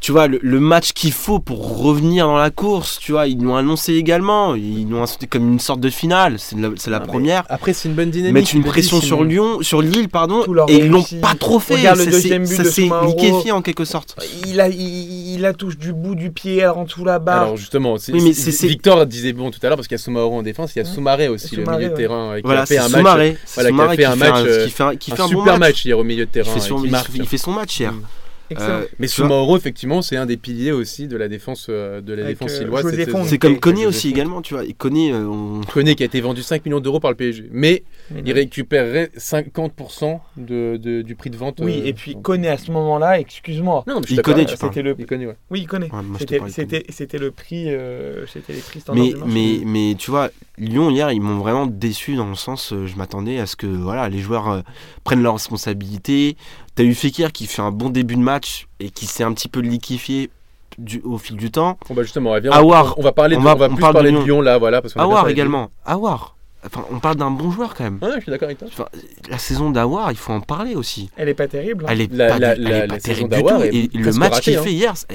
Speaker 2: tu vois, le, le match qu'il faut pour revenir dans la course. Tu vois, ils l'ont annoncé également, ils l'ont annoncé comme une sorte de finale. C'est la, c'est la
Speaker 3: Ah,
Speaker 1: Non, mais
Speaker 2: première.
Speaker 1: Après, c'est une bonne dynamique.
Speaker 2: mettre une
Speaker 1: je le dis,
Speaker 2: pression
Speaker 1: c'est
Speaker 2: sur
Speaker 1: une-
Speaker 2: Lyon, sur Lille, pardon,
Speaker 3: Tout leur
Speaker 2: et ils l'ont
Speaker 3: réussi.
Speaker 2: pas trop fait.
Speaker 3: Regarde le
Speaker 2: ça
Speaker 3: deuxième
Speaker 2: s'est
Speaker 3: but
Speaker 2: ça
Speaker 3: de
Speaker 2: s'est
Speaker 3: Soumaro.
Speaker 2: liquéfié en quelque sorte.
Speaker 3: Il, a, il, il la touche du bout du pied, elle rentre sous la barre.
Speaker 1: Alors justement, c'est-
Speaker 2: Oui, mais
Speaker 1: c'est-
Speaker 2: c'est- c'est-
Speaker 1: Victor disait bon tout à l'heure parce qu'il y a Soumaoro en défense, il y a
Speaker 3: Ouais.
Speaker 1: Soumaré aussi, le
Speaker 3: Soumaré,
Speaker 1: milieu de
Speaker 3: ouais.
Speaker 1: terrain, et qui
Speaker 2: Voilà,
Speaker 1: a fait
Speaker 2: c'est
Speaker 1: un match, euh,
Speaker 2: Soumaré, c'est
Speaker 1: voilà, qui a
Speaker 2: Soumaré
Speaker 1: fait
Speaker 2: qui
Speaker 1: un
Speaker 2: fait un-
Speaker 1: match, euh,
Speaker 2: qui fait un- qui fait
Speaker 1: un
Speaker 2: un bon
Speaker 1: super match
Speaker 2: match.
Speaker 1: hier au milieu de
Speaker 2: Il
Speaker 1: terrain,
Speaker 2: fait
Speaker 1: et
Speaker 2: son-
Speaker 1: qui
Speaker 2: il
Speaker 1: marque.
Speaker 2: fait- il fait son match hier.
Speaker 1: Mm.
Speaker 3: Excellent.
Speaker 2: Euh,
Speaker 1: Mais
Speaker 2: tu vois,
Speaker 1: Soumaoro, effectivement, c'est un des piliers aussi de la défense, euh, de la
Speaker 3: Avec,
Speaker 1: défense
Speaker 3: euh,
Speaker 1: lilloise.
Speaker 3: José
Speaker 1: cette saison.
Speaker 3: Font.
Speaker 2: c'est comme
Speaker 3: Ok,
Speaker 2: Koné
Speaker 1: je
Speaker 2: aussi
Speaker 1: vais
Speaker 2: également, tu vois. Et Koné, euh, on-
Speaker 1: Koné qui a été vendu 5 millions d'euros par le PSG. Mais
Speaker 3: Mais
Speaker 1: il
Speaker 3: non.
Speaker 1: récupérerait 50% de, de- du prix de vente.
Speaker 3: Oui,
Speaker 1: euh,
Speaker 3: et puis
Speaker 1: donc.
Speaker 3: connaît à ce moment-là, excuse-moi. Euh,
Speaker 1: Non, non, mais je suis
Speaker 2: Il
Speaker 1: d'accord.
Speaker 2: connaît, tu parles.
Speaker 3: C'était le
Speaker 1: Il connaît, ouais.
Speaker 3: Oui, il connaît.
Speaker 2: Ouais, moi, je te
Speaker 3: C'était-
Speaker 2: parle de Koné.
Speaker 3: C'était c'était le prix euh, c'était les prix standards
Speaker 2: Mais,
Speaker 3: du marché.
Speaker 2: mais, mais tu vois, Lyon hier, ils m'ont vraiment déçu dans le sens, euh, je m'attendais à ce que voilà, les joueurs euh, prennent leurs responsabilités. T'as eu Fekir qui fait un bon début de match et qui s'est un petit peu liquéfié du, au fil du temps.
Speaker 1: Bon, bah justement, on va, bien-
Speaker 2: Awar.
Speaker 1: on va parler de,
Speaker 2: On va-
Speaker 1: on va
Speaker 2: on
Speaker 1: plus
Speaker 2: parle de
Speaker 1: parler de
Speaker 2: Lyon.
Speaker 1: Lyon là, voilà. Parce qu'on a bien
Speaker 2: Awar
Speaker 1: parlé de Lyon.
Speaker 2: également. Awar. Enfin, on parle d'un bon joueur quand même.
Speaker 1: Ouais, je suis d'accord avec toi.
Speaker 2: La saison d'Awar, il faut en parler aussi.
Speaker 3: Elle est pas terrible. hein.
Speaker 2: Elle est
Speaker 1: La-
Speaker 2: pas,
Speaker 1: la-
Speaker 2: du- elle
Speaker 1: la-
Speaker 2: est pas
Speaker 1: la saison
Speaker 2: terrible du
Speaker 1: d'Awar
Speaker 2: tout.
Speaker 1: est
Speaker 2: Et le
Speaker 1: presque
Speaker 2: match
Speaker 1: ratée,
Speaker 2: qu'il
Speaker 1: hein.
Speaker 2: fait hier, c'est-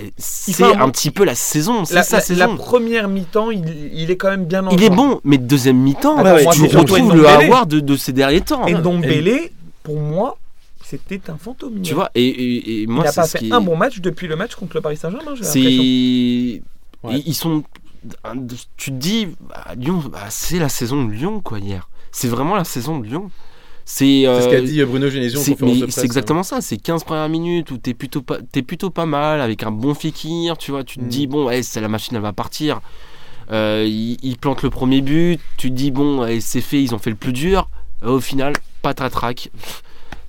Speaker 2: c'est
Speaker 3: un
Speaker 2: un,
Speaker 3: bon-
Speaker 2: petit peu la saison. C'est
Speaker 3: la,
Speaker 2: sa
Speaker 3: la- la
Speaker 2: saison.
Speaker 3: première mi-temps, il, il est quand même bien en
Speaker 2: Il est
Speaker 3: jeu.
Speaker 2: bon, mais deuxième mi-temps,
Speaker 3: Attends,
Speaker 1: ouais,
Speaker 3: moi,
Speaker 2: tu
Speaker 3: c'est surtout
Speaker 2: retrouves
Speaker 3: Ndombele.
Speaker 2: le Awar de, de ces derniers temps. hein.
Speaker 3: Et Ndombele, pour moi, c'était un fantôme.
Speaker 2: Tu vois, et, et- et
Speaker 3: il
Speaker 2: moi,
Speaker 3: n'a
Speaker 2: c'est
Speaker 3: pas
Speaker 2: ce
Speaker 3: fait
Speaker 2: qui.
Speaker 3: un bon match depuis le match contre le Paris Saint-Germain, j'ai
Speaker 2: c'est.
Speaker 3: l'impression.
Speaker 1: Ouais.
Speaker 2: Ils- Ils sont. Tu te dis, bah, Lyon, bah, c'est la saison de Lyon, quoi, hier. C'est vraiment la saison de Lyon. C'est.
Speaker 1: C'est ce
Speaker 2: euh,
Speaker 1: qu'a dit Bruno Genesio en
Speaker 2: c'est-
Speaker 1: conférence de
Speaker 2: mais
Speaker 1: presse.
Speaker 3: hein.
Speaker 1: hein.
Speaker 2: c'est exactement ça, c'est 15 premières minutes où t'es plutôt, pas- t'es plutôt pas mal avec un bon Fekir, tu vois, tu te
Speaker 1: Mm.
Speaker 2: dis bon, eh, c'est la machine elle va partir. Euh, il, il plante le premier but, tu te dis bon, eh, c'est fait, ils ont fait le plus dur. Euh, au final, patatrac.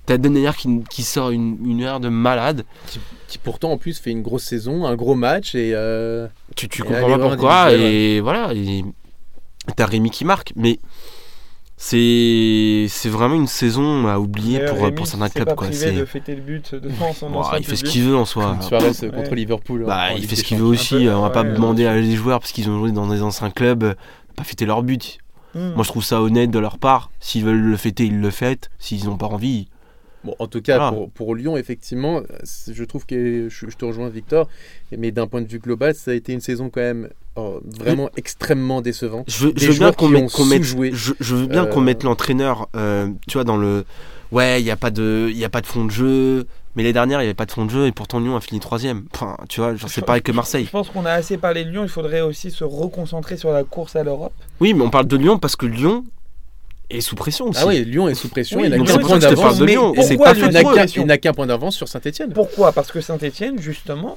Speaker 2: T'as Denayer qui, qui sort une, une heure de malade.
Speaker 1: Qui pourtant en plus fait une grosse saison, un gros match et. euh,
Speaker 2: Tu, tu
Speaker 1: Et
Speaker 2: comprends
Speaker 1: aller
Speaker 2: pas
Speaker 1: voir
Speaker 2: pourquoi.
Speaker 1: des visuels,
Speaker 2: Et voilà. Et t'as Rémi qui marque. Mais c'est c'est vraiment une saison à oublier
Speaker 3: D'ailleurs,
Speaker 2: pour,
Speaker 3: Rémi,
Speaker 2: pour
Speaker 3: qui
Speaker 2: certains
Speaker 3: s'est
Speaker 2: clubs.
Speaker 3: pas
Speaker 2: Quoi.
Speaker 3: privé
Speaker 2: C'est-
Speaker 3: de fêter le but devant son
Speaker 2: Bon,
Speaker 3: ancien
Speaker 2: il fait ce
Speaker 3: public.
Speaker 2: qu'il veut en soi. Ah
Speaker 1: Suarez euh, contre
Speaker 3: Ouais.
Speaker 1: Liverpool. en-
Speaker 2: Bah,
Speaker 1: en
Speaker 2: il
Speaker 1: Ligue
Speaker 2: fait
Speaker 1: des
Speaker 2: ce qu'il
Speaker 1: Champions.
Speaker 2: veut aussi.
Speaker 3: peu,
Speaker 2: euh, on va pas
Speaker 3: ouais,
Speaker 2: demander
Speaker 3: ouais.
Speaker 2: à les joueurs parce qu'ils ont joué dans des anciens clubs, euh, pas fêter leur but.
Speaker 3: Hmm.
Speaker 2: Moi, je trouve ça honnête de leur part. S'ils veulent le fêter, ils le fêtent. S'ils n'ont pas envie,
Speaker 1: Bon, en tout cas,
Speaker 2: Voilà.
Speaker 1: pour, pour Lyon, effectivement, c'est- je trouve que je, je te rejoins, Victor, mais d'un point de vue global, ça a été une saison quand même oh, vraiment extrêmement décevante.
Speaker 2: je veux,
Speaker 1: Des
Speaker 2: je veux bien
Speaker 1: joueurs
Speaker 2: qu'on
Speaker 1: qui
Speaker 2: mette,
Speaker 1: ont
Speaker 2: qu'on mette-
Speaker 1: sous-joué.
Speaker 2: je, je veux bien qu'on
Speaker 1: Euh,
Speaker 2: mette l'entraîneur, euh, tu vois, dans le. Ouais, il n'y a pas de, il y a pas de fond de jeu. Mais les dernières, il n'y avait pas de fond de jeu et pourtant Lyon a fini troisième. Enfin, tu vois, genre, c'est pareil que Marseille.
Speaker 3: Je pense qu'on a assez parlé de Lyon, il faudrait aussi se reconcentrer sur la course à l'Europe.
Speaker 2: Oui, mais on parle de Lyon parce que Lyon est sous pression aussi.
Speaker 1: Ah oui, Lyon est sous pression,
Speaker 3: Oui,
Speaker 1: il n'a
Speaker 2: donc
Speaker 1: qu'un
Speaker 2: c'est pour
Speaker 1: point
Speaker 2: ça que je te parle
Speaker 1: d'avance.
Speaker 2: de
Speaker 3: Mais
Speaker 2: Lyon. Et c'est pas
Speaker 3: pourquoi
Speaker 1: Il
Speaker 3: Lyon
Speaker 2: fait
Speaker 1: n'a
Speaker 3: est
Speaker 2: pour
Speaker 3: sous
Speaker 2: eux.
Speaker 1: qu'un-
Speaker 3: pression
Speaker 1: il n'a qu'un point d'avance sur Saint-Etienne.
Speaker 3: Pourquoi Parce que Saint-Etienne, justement,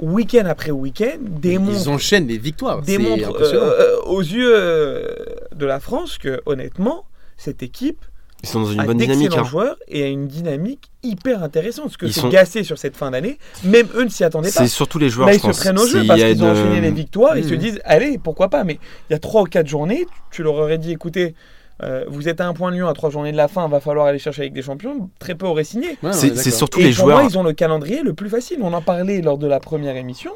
Speaker 3: week-end après week-end, démontre
Speaker 1: Ils enchaînent les victoires. C'est
Speaker 3: démontre
Speaker 1: impressionnant.
Speaker 3: euh, euh, aux yeux euh, de la France que honnêtement cette équipe
Speaker 2: Ils sont dans
Speaker 3: a
Speaker 2: une bonne dynamique.
Speaker 3: d'excellents
Speaker 2: hein.
Speaker 3: joueurs et a une dynamique hyper intéressante. Ce que
Speaker 2: Ils
Speaker 3: c'est
Speaker 2: sont-
Speaker 3: gassé sur cette fin d'année, même eux ne s'y attendaient pas.
Speaker 2: C'est surtout les joueurs,
Speaker 3: Là,
Speaker 2: je
Speaker 3: ils se
Speaker 2: pense.
Speaker 3: prennent au jeu
Speaker 2: C'est- euh,
Speaker 3: parce
Speaker 2: il y a
Speaker 3: qu'ils ont
Speaker 2: une-
Speaker 3: enchaîné les victoires. Ils se
Speaker 1: Mhm.
Speaker 3: disent, allez, pourquoi pas Mais il y a 3 ou 4 journées, tu- tu leur aurais dit, écoutez, euh, vous êtes à un point de Lyon, à 3 journées de la fin, va falloir aller chercher avec des champions. Très peu auraient signé.
Speaker 1: Ouais, ouais,
Speaker 2: C'est
Speaker 1: d'accord.
Speaker 2: c'est surtout
Speaker 3: Et
Speaker 2: les
Speaker 3: pour
Speaker 2: joueurs.
Speaker 3: moi, ils ont le calendrier le plus facile. On en parlait lors de la première émission.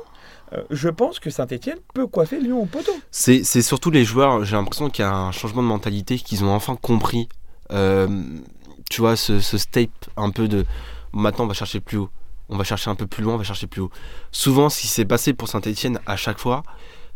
Speaker 3: Euh, je pense que Saint-Etienne peut coiffer Lyon au poteau.
Speaker 2: C'est c'est surtout les joueurs. J'ai l'impression qu'il y a un changement de mentalité, qu'ils ont enfin compris. euh, tu vois, ce, ce step un peu de. Maintenant, on va chercher plus haut. On va chercher un peu plus loin. On va chercher plus haut. Souvent, ce qui s'est passé pour Saint-Etienne à chaque fois,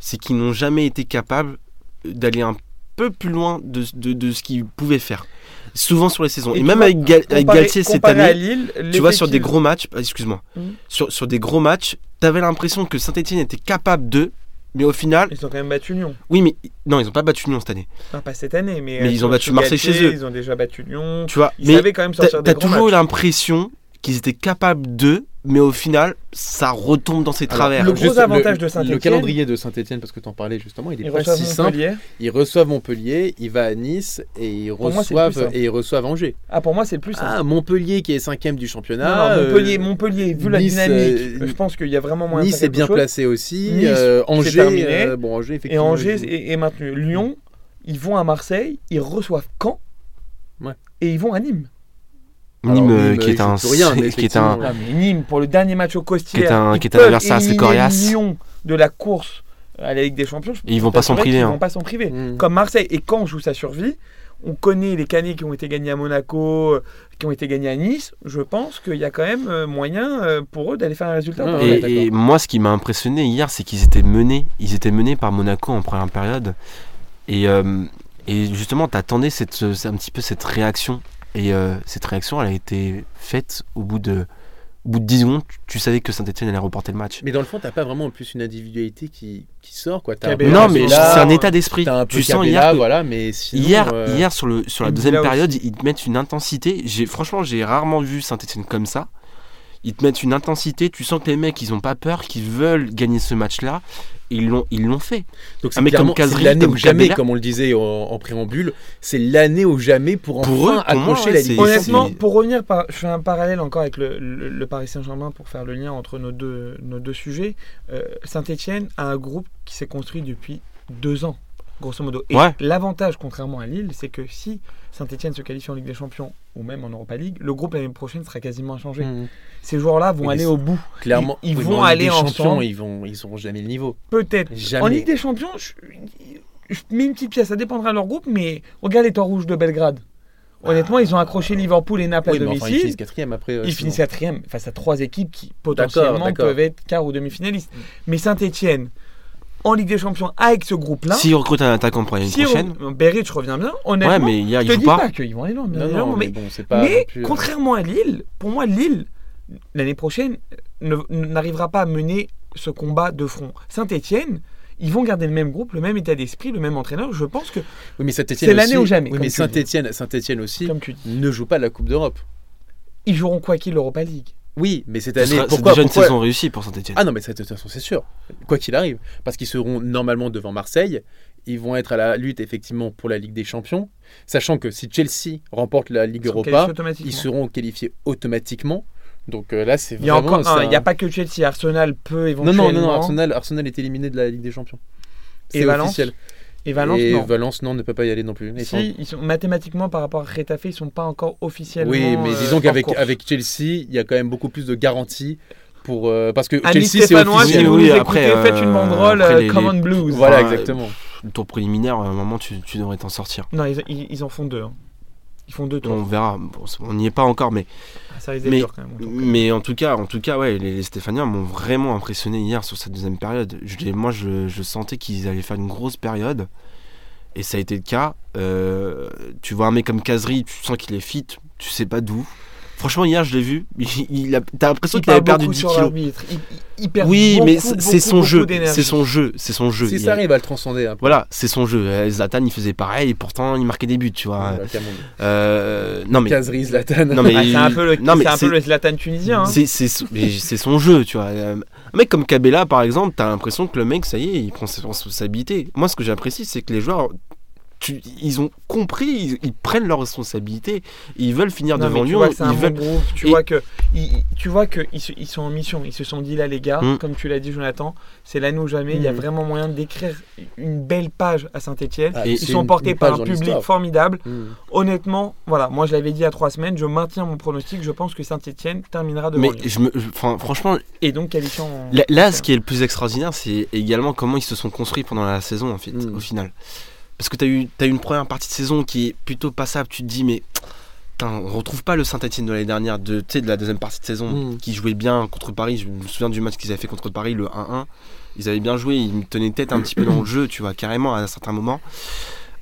Speaker 2: c'est qu'ils n'ont jamais été capables d'aller un peu plus loin de, de- de ce qu'ils pouvaient faire. Souvent sur les saisons. Et,
Speaker 3: Et tu
Speaker 2: même
Speaker 3: vois,
Speaker 2: avec, Gal- avec
Speaker 3: Comparé-
Speaker 2: Galtier cette
Speaker 3: comparé
Speaker 2: année.
Speaker 3: à Lille,
Speaker 2: tu vois, sur des
Speaker 3: l'effectif-
Speaker 2: gros matchs, ah, excuse-moi,
Speaker 3: Mhm.
Speaker 2: sur, sur des gros matchs, t'avais l'impression que Saint-Etienne était capable de, mais au final,
Speaker 3: Ils ont quand même battu Lyon.
Speaker 2: oui, mais non, ils ont pas battu Lyon cette année.
Speaker 3: Enfin, pas cette année, mais.
Speaker 2: Mais
Speaker 3: euh,
Speaker 2: ils ont
Speaker 3: sous-
Speaker 2: battu
Speaker 3: sous
Speaker 2: Marseille
Speaker 3: Galtier,
Speaker 2: chez eux.
Speaker 3: Ils ont déjà battu Lyon.
Speaker 2: Tu vois,
Speaker 3: Ils
Speaker 2: mais
Speaker 3: savaient quand même
Speaker 2: t'as
Speaker 3: sortir des
Speaker 2: t'as
Speaker 3: gros
Speaker 2: toujours eu
Speaker 3: matchs.
Speaker 2: l'impression qu'ils étaient capables de, mais au final, ça retombe dans ses
Speaker 1: Alors,
Speaker 2: travers.
Speaker 3: le- gros
Speaker 1: Juste
Speaker 3: avantage de
Speaker 1: Le
Speaker 3: Saint-Etienne-
Speaker 1: calendrier de Saint-Etienne, parce que tu en parlais justement, il est
Speaker 3: Ils
Speaker 1: pas
Speaker 3: reçoivent
Speaker 1: si simple.
Speaker 3: Montpellier.
Speaker 1: Ils reçoivent Montpellier, il va à Nice et ils
Speaker 3: Pour moi, c'est le plus
Speaker 1: reçoivent,
Speaker 3: simple.
Speaker 1: et ils reçoivent Angers.
Speaker 3: Ah, pour moi, c'est le plus simple.
Speaker 1: Ah, Montpellier qui est cinquième du
Speaker 3: Non,
Speaker 1: championnat.
Speaker 3: non,
Speaker 1: euh,
Speaker 3: Montpellier, Montpellier, vu la
Speaker 1: Nice,
Speaker 3: dynamique,
Speaker 1: euh,
Speaker 3: je pense qu'il y a vraiment moyen de
Speaker 1: Nice
Speaker 3: faire
Speaker 1: est
Speaker 3: quelque
Speaker 1: bien
Speaker 3: chose.
Speaker 1: placé aussi.
Speaker 3: Nice,
Speaker 1: euh, Angers,
Speaker 3: terminé.
Speaker 1: euh, bon Angers
Speaker 3: Et
Speaker 1: effectivement.
Speaker 3: Angers
Speaker 1: ils-
Speaker 3: est, est maintenu. Lyon, ils vont à Marseille, ils reçoivent Caen.
Speaker 1: Ouais.
Speaker 3: Et ils vont à Nîmes.
Speaker 1: Alors,
Speaker 2: Nîmes, euh, qui
Speaker 1: ils
Speaker 2: est
Speaker 1: jouent
Speaker 2: un,
Speaker 1: plus rien, mais
Speaker 2: qui est un,
Speaker 1: effectivement,
Speaker 3: Ah, mais Nîmes, pour le dernier match au Costière,
Speaker 2: Qui est un-
Speaker 3: ils
Speaker 2: qui est un
Speaker 3: peuvent
Speaker 2: adversaire assez
Speaker 3: éliminer
Speaker 2: coriace.
Speaker 3: Lyon de la course à la Ligue des Champions. je
Speaker 2: et ils vont
Speaker 3: peux
Speaker 2: pas s'en
Speaker 3: t'assurer
Speaker 2: priver.
Speaker 3: qu'ils
Speaker 2: hein.
Speaker 3: vont pas s'en priver.
Speaker 1: Mm.
Speaker 3: comme Marseille. Et quand on joue sa survie, on connaît les canets qui ont été gagnés à Monaco, euh, qui ont été gagnés à Nice. Je pense qu'il y a quand même euh, moyen euh, pour eux d'aller faire un résultat.
Speaker 1: Ouais,
Speaker 3: par
Speaker 1: ouais.
Speaker 3: là.
Speaker 2: Et, et moi, ce qui m'a impressionné hier, c'est qu'ils étaient menés. Ils étaient menés par Monaco en première période. Et, euh, et justement, t'attendais cette, euh, un petit peu cette réaction. Et euh, cette réaction, elle a été faite au bout de, au bout de 10 secondes. Tu, tu savais que Saint-Etienne allait remporter le match.
Speaker 1: Mais dans le fond, t'as pas vraiment en plus une individualité qui, qui sort quoi. T'as
Speaker 3: Cabella,
Speaker 1: peu
Speaker 2: non,
Speaker 3: ben, c'est
Speaker 2: mais
Speaker 1: Cabella,
Speaker 2: c'est un état d'esprit.
Speaker 1: T'as un peu
Speaker 2: Tu sens
Speaker 1: Cabella,
Speaker 2: hier que-
Speaker 1: voilà, mais sinon,
Speaker 2: Hier,
Speaker 1: euh,
Speaker 2: hier sur, le, sur la
Speaker 3: Mbila
Speaker 2: deuxième
Speaker 3: aussi.
Speaker 2: période, ils te mettent une intensité. J'ai, franchement, j'ai rarement vu Saint-Etienne comme ça. Ils te mettent une intensité, tu sens que les mecs, ils ont pas peur, qu'ils veulent gagner ce match-là. Ils l'ont, ils l'ont fait.
Speaker 1: Donc
Speaker 2: Un
Speaker 1: c'est
Speaker 2: mec
Speaker 1: clairement
Speaker 2: comme
Speaker 1: c'est
Speaker 2: Kazri,
Speaker 1: l'année
Speaker 2: comme
Speaker 1: ou jamais,
Speaker 2: Kabela.
Speaker 1: comme on le disait en, en préambule, c'est l'année ou jamais pour enfin
Speaker 2: Pour eux, pour moi,
Speaker 1: accrocher
Speaker 2: ouais,
Speaker 1: la
Speaker 2: c'est-
Speaker 1: Ligue.
Speaker 2: Honnêtement,
Speaker 3: Honnêtement, pour revenir, par, je fais un parallèle encore avec le, le- le Paris Saint-Germain pour faire le lien entre nos deux, nos deux sujets. Saint-Etienne a un groupe qui s'est construit depuis deux ans, grosso modo. Et
Speaker 2: Ouais.
Speaker 3: l'avantage, contrairement à Lille, c'est que si Saint-Etienne se qualifie en Ligue des Champions ou même en Europa League, le groupe l'année prochaine sera quasiment inchangé.
Speaker 2: Mm.
Speaker 1: Mmh.
Speaker 3: Ces joueurs-là vont
Speaker 1: Et
Speaker 3: aller
Speaker 1: les-
Speaker 3: au bout.
Speaker 1: Clairement,
Speaker 3: Ils- ils
Speaker 1: oui,
Speaker 3: vont
Speaker 1: mais en Ligue
Speaker 3: aller
Speaker 1: des champions,
Speaker 3: ensemble.
Speaker 1: Ils vont, ils auront jamais le niveau.
Speaker 3: Peut-être.
Speaker 1: Jamais.
Speaker 3: En Ligue des Champions, je, je mets une petite pièce, ça dépendra de leur groupe, mais regarde les temps rouges de Belgrade. Honnêtement, ils ont accroché Liverpool et Naples
Speaker 1: Ah. oui,
Speaker 3: à
Speaker 1: mais enfin, ils
Speaker 3: domicile.
Speaker 1: finissent quatrième après. euh,
Speaker 3: Ils
Speaker 1: sinon.
Speaker 3: finissent quatrième face à trois équipes qui
Speaker 1: D'accord,
Speaker 3: potentiellement
Speaker 1: d'accord. Mm.
Speaker 3: peuvent être quart ou demi-finalistes. Mais Saint-Etienne, en Ligue des Champions, avec ce groupe-là,
Speaker 2: S'ils recrutent un attaquant pour l'année
Speaker 3: si
Speaker 2: prochaine,
Speaker 3: on- Berich revient bien, honnêtement,
Speaker 2: ouais, mais hier,
Speaker 3: je
Speaker 2: ils
Speaker 3: te
Speaker 2: jouent
Speaker 3: dis
Speaker 2: pas.
Speaker 3: pas, qu'ils vont aller loin, bien
Speaker 1: Non, non,
Speaker 3: évidemment,
Speaker 1: mais
Speaker 3: mais,
Speaker 1: bon, c'est pas.
Speaker 3: mais
Speaker 1: non plus, euh,
Speaker 3: contrairement à Lille, pour moi, Lille, l'année prochaine, ne- n'arrivera pas à mener ce combat de front. Saint-Etienne, ils vont garder le même groupe, le même état d'esprit, le même entraîneur. Je pense que,
Speaker 1: Oui, mais
Speaker 3: C'est l'année ou jamais,
Speaker 1: Oui,
Speaker 3: comme
Speaker 1: mais
Speaker 3: tu dis.
Speaker 1: Saint-Etienne, Saint-Etienne aussi
Speaker 3: comme tu dis,
Speaker 1: ne joue pas la Coupe d'Europe.
Speaker 3: ils joueront quoi qu'il l'Europa League.
Speaker 1: Oui, mais cette
Speaker 2: Ce
Speaker 1: année,
Speaker 2: sera- C'est
Speaker 1: pourquoi,
Speaker 2: déjà une
Speaker 1: pourquoi-
Speaker 2: saison réussie pour Saint-Etienne.
Speaker 1: Ah non, mais de toute façon, c'est sûr. Quoi qu'il arrive, parce qu'ils seront normalement devant Marseille, ils vont être à la lutte effectivement pour la Ligue des Champions, sachant que si Chelsea remporte la Ligue
Speaker 3: Ils seront
Speaker 1: Europa,
Speaker 3: qualifiés automatiquement.
Speaker 1: ils seront qualifiés automatiquement. Donc euh, là, c'est
Speaker 3: Il y a
Speaker 1: vraiment.
Speaker 3: encore, un-
Speaker 1: ça-
Speaker 3: il n'y a pas que Chelsea, Arsenal peut
Speaker 1: Non, non,
Speaker 3: éventuellement.
Speaker 1: non, non, Arsenal, Arsenal est éliminé de la Ligue des Champions.
Speaker 3: Et
Speaker 1: C'est
Speaker 3: Valence
Speaker 1: officiel.
Speaker 3: Et Valence,
Speaker 1: et
Speaker 3: non.
Speaker 1: Valence, non, ne peut pas y aller non plus. Ils sont-
Speaker 3: Si, ils sont, mathématiquement, par rapport à Retafe, ils sont pas encore officiellement.
Speaker 1: Oui, mais
Speaker 3: euh,
Speaker 1: disons
Speaker 3: hors
Speaker 1: qu'avec
Speaker 3: course.
Speaker 1: avec Chelsea, il y a quand même beaucoup plus de garanties pour euh, parce que
Speaker 3: Amis
Speaker 1: Chelsea c'est
Speaker 3: stéphanois, si
Speaker 1: officiel.
Speaker 3: vous
Speaker 2: Oui,
Speaker 3: nous
Speaker 2: après,
Speaker 3: écoutez, faites une
Speaker 2: euh,
Speaker 3: banderole
Speaker 2: après,
Speaker 3: euh,
Speaker 2: les- les-
Speaker 3: Common Blues.
Speaker 1: Voilà,
Speaker 2: Enfin,
Speaker 1: exactement.
Speaker 3: Ah.
Speaker 2: Le tour préliminaire, à un moment, tu, tu devrais t'en sortir.
Speaker 3: Non, ils, ils- ils en font deux. hein. Ils font deux tours.
Speaker 2: On verra. Bon, on n'y est pas encore, mais
Speaker 3: Ah, ça risque d'être
Speaker 2: mais-
Speaker 3: dur quand même. Donc,
Speaker 2: Mais en tout cas, en tout cas, ouais, les, les Stéphaniens m'ont vraiment impressionné hier sur cette deuxième période. Je, les- moi, je, je sentais qu'ils allaient faire une grosse période, et ça a été le cas. Euh, tu vois un mec comme Kazri, tu sens qu'il est fit, tu sais pas d'où. Franchement, hier, je l'ai vu. Il, il a- T'as l'impression
Speaker 3: il
Speaker 2: qu'il avait
Speaker 3: parle
Speaker 2: perdu
Speaker 3: beaucoup
Speaker 2: 10
Speaker 3: sur
Speaker 2: kilos.
Speaker 3: l'arbitre. Il, il- il perd
Speaker 2: Oui,
Speaker 3: beaucoup,
Speaker 2: mais c'est c'est
Speaker 3: beaucoup,
Speaker 2: son
Speaker 3: beaucoup
Speaker 2: jeu,
Speaker 3: d'énergie.
Speaker 2: c'est son jeu, c'est son jeu.
Speaker 1: Si
Speaker 2: Il
Speaker 1: ça
Speaker 2: a-
Speaker 1: arrive à le transcender hein, un peu.
Speaker 2: Voilà, c'est son jeu. Euh, Zlatan, il faisait pareil, et pourtant, il marquait des buts, tu vois.
Speaker 1: Voilà, Cameroun.
Speaker 2: Euh, non mais,
Speaker 1: Cazerie, Zlatan.
Speaker 2: non mais,
Speaker 3: Ah, c'est un peu le,
Speaker 2: non, mais
Speaker 3: c'est un peu
Speaker 2: c'est-
Speaker 3: le Zlatan tunisien. hein.
Speaker 2: c'est- c'est son- mais c'est son jeu, tu vois. Euh, Un mec comme Cabella, par exemple, t'as l'impression que le mec, ça y est, il prend ses responsabilités. Moi, ce que j'apprécie, c'est que les joueurs, tu- ils ont compris, ils, ils prennent leurs responsabilités, ils veulent finir
Speaker 3: Non, mais
Speaker 2: devant
Speaker 3: tu
Speaker 2: Lyon,
Speaker 3: vois que c'est un
Speaker 2: ils veulent.
Speaker 3: bon groupe, tu
Speaker 2: Et-
Speaker 3: vois que ils, tu vois que ils, se- ils sont en mission, ils se sont dit là les gars,
Speaker 2: Mm.
Speaker 3: comme tu l'as dit Jonathan, c'est l'année ou jamais, il y a
Speaker 2: Hmm.
Speaker 1: Mm.
Speaker 3: vraiment moyen d'écrire une belle page à Saint-Étienne.
Speaker 1: Ah,
Speaker 2: Et-
Speaker 1: c'est
Speaker 3: Ils sont
Speaker 1: une-
Speaker 3: portés
Speaker 1: une
Speaker 3: par
Speaker 1: page
Speaker 3: un
Speaker 1: dans
Speaker 3: public
Speaker 1: l'histoire.
Speaker 3: formidable.
Speaker 1: Mm.
Speaker 3: Honnêtement, voilà, moi je l'avais dit il y a trois semaines, je maintiens mon pronostic, je pense que Saint-Étienne terminera devant
Speaker 2: Mais
Speaker 3: Lyon.
Speaker 2: je me, je- enfin, franchement,
Speaker 3: Et donc qualifiant. en-
Speaker 2: là, là, ce qui est le plus extraordinaire, c'est également comment ils se sont construits pendant la saison, en fait,
Speaker 1: Mm.
Speaker 2: au final. Parce que t'as eu, t'as eu une première partie de saison qui est plutôt passable, tu te dis, mais putain, on retrouve pas le Saint-Etienne de l'année dernière, de, tu sais, de la deuxième partie de saison.
Speaker 1: Mm.
Speaker 2: qui jouait bien contre Paris. Je me souviens du match qu'ils avaient fait contre Paris, le 1-1. Ils avaient bien joué, ils tenaient tête un petit peu dans le jeu, tu vois, carrément à un certain moment.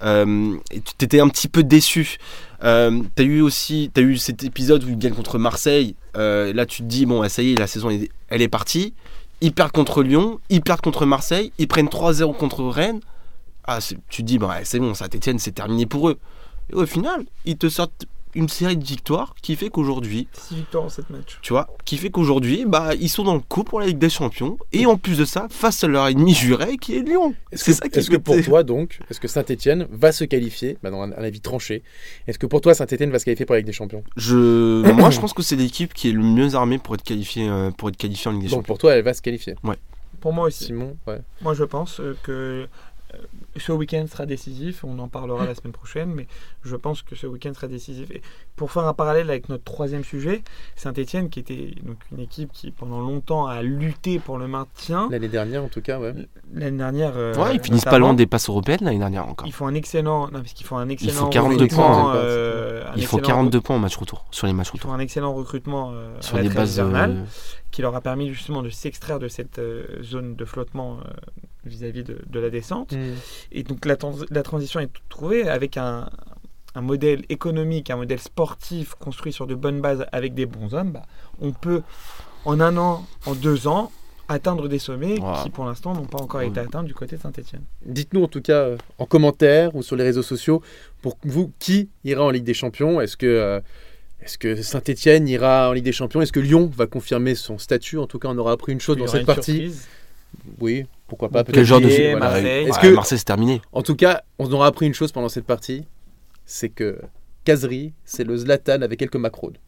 Speaker 2: Euh, et tu t'étais un petit peu déçu. Euh, t'as eu aussi, t'as eu cet épisode où ils gagnent contre Marseille. Euh, là, tu te dis bon, ouais, ça y est, la saison elle est- elle est partie. Ils perdent contre Lyon, ils perdent contre Marseille, ils prennent 3-0 contre Rennes. Ah, c'est- tu te dis bon, ouais, c'est bon, Saint-Etienne, c'est terminé pour eux. Et au final, ils te sortent une série de victoires qui fait qu'aujourd'hui,
Speaker 3: Six victoires en sept matchs.
Speaker 2: tu vois, qui fait qu'aujourd'hui, bah, ils sont dans le coup pour la Ligue des Champions, et en plus de ça, face à leur ennemi juré qui est Lyon.
Speaker 1: Est-ce
Speaker 2: C'est
Speaker 1: que,
Speaker 2: ça qui
Speaker 1: est-ce que
Speaker 2: est-
Speaker 1: pour toi donc, est-ce que Saint-Etienne va se qualifier, bah, dans un, un avis tranché, est-ce que pour toi Saint-Etienne va se qualifier pour la Ligue des Champions
Speaker 2: Je, moi, je pense que c'est l'équipe qui est le mieux armée pour être qualifiée, euh, pour être qualifiée en Ligue des
Speaker 1: Donc
Speaker 2: Champions.
Speaker 1: pour toi elle va se qualifier.
Speaker 3: Pour moi aussi.
Speaker 1: Simon, ouais.
Speaker 3: Moi, je pense euh, que euh, ce week-end sera décisif. On en parlera la semaine prochaine, mais je pense que ce week-end sera décisif. Et pour faire un parallèle avec notre troisième sujet, Saint-Etienne, qui était donc une équipe qui, pendant longtemps, a lutté pour le maintien.
Speaker 1: L'année dernière en tout cas, ouais.
Speaker 3: L'année dernière. euh,
Speaker 2: Ouais, ils finissent pas
Speaker 3: notamment,
Speaker 2: loin des passes européennes l'année dernière encore.
Speaker 3: Ils font un excellent. Non, parce qu'ils font un excellent.
Speaker 2: font 42
Speaker 3: recrutement,
Speaker 1: points, hein.
Speaker 3: euh, un
Speaker 2: Ils font
Speaker 3: excellent
Speaker 2: 42 points au match retour, sur les matchs
Speaker 3: Ils font
Speaker 2: retour.
Speaker 3: un excellent recrutement euh,
Speaker 2: Sur
Speaker 3: à la
Speaker 2: les
Speaker 3: trêve
Speaker 2: bases.
Speaker 3: hivernale.
Speaker 2: euh,
Speaker 3: qui leur a permis justement de s'extraire de cette euh, zone de flottement euh, vis-à-vis de, de la descente.
Speaker 1: Mm.
Speaker 3: Et donc la, trans- la transition est toute trouvée avec un, un modèle économique, un modèle sportif construit sur de bonnes bases avec des bons hommes. bah, on peut en un an, en deux ans, atteindre des sommets
Speaker 2: Wow.
Speaker 3: qui pour l'instant n'ont pas encore
Speaker 2: Ouais.
Speaker 3: été atteints du côté de Saint-Etienne.
Speaker 1: Dites-nous en tout cas euh, en commentaire ou sur les réseaux sociaux pour vous qui ira en Ligue des Champions. Est-ce que euh, Est-ce que Saint-Etienne ira en Ligue des Champions Est-ce que Lyon va confirmer son statut En tout cas, on aura appris une chose
Speaker 3: Il y
Speaker 1: dans
Speaker 3: aura
Speaker 1: cette
Speaker 3: une
Speaker 1: partie.
Speaker 3: surprise.
Speaker 1: Oui, pourquoi pas.
Speaker 2: Quel
Speaker 1: peut-être.
Speaker 2: genre de
Speaker 3: Montpellier,
Speaker 2: voilà.
Speaker 3: Marseille.
Speaker 2: Est-ce
Speaker 1: Est-ce
Speaker 2: que
Speaker 1: que-
Speaker 2: Marseille, c'est terminé.
Speaker 1: En tout cas, on aura appris une chose pendant cette partie c'est que Kazri, c'est le Zlatan avec quelques macrodes.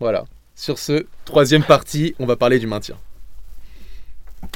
Speaker 1: Voilà. Sur ce, troisième partie, on va parler du maintien.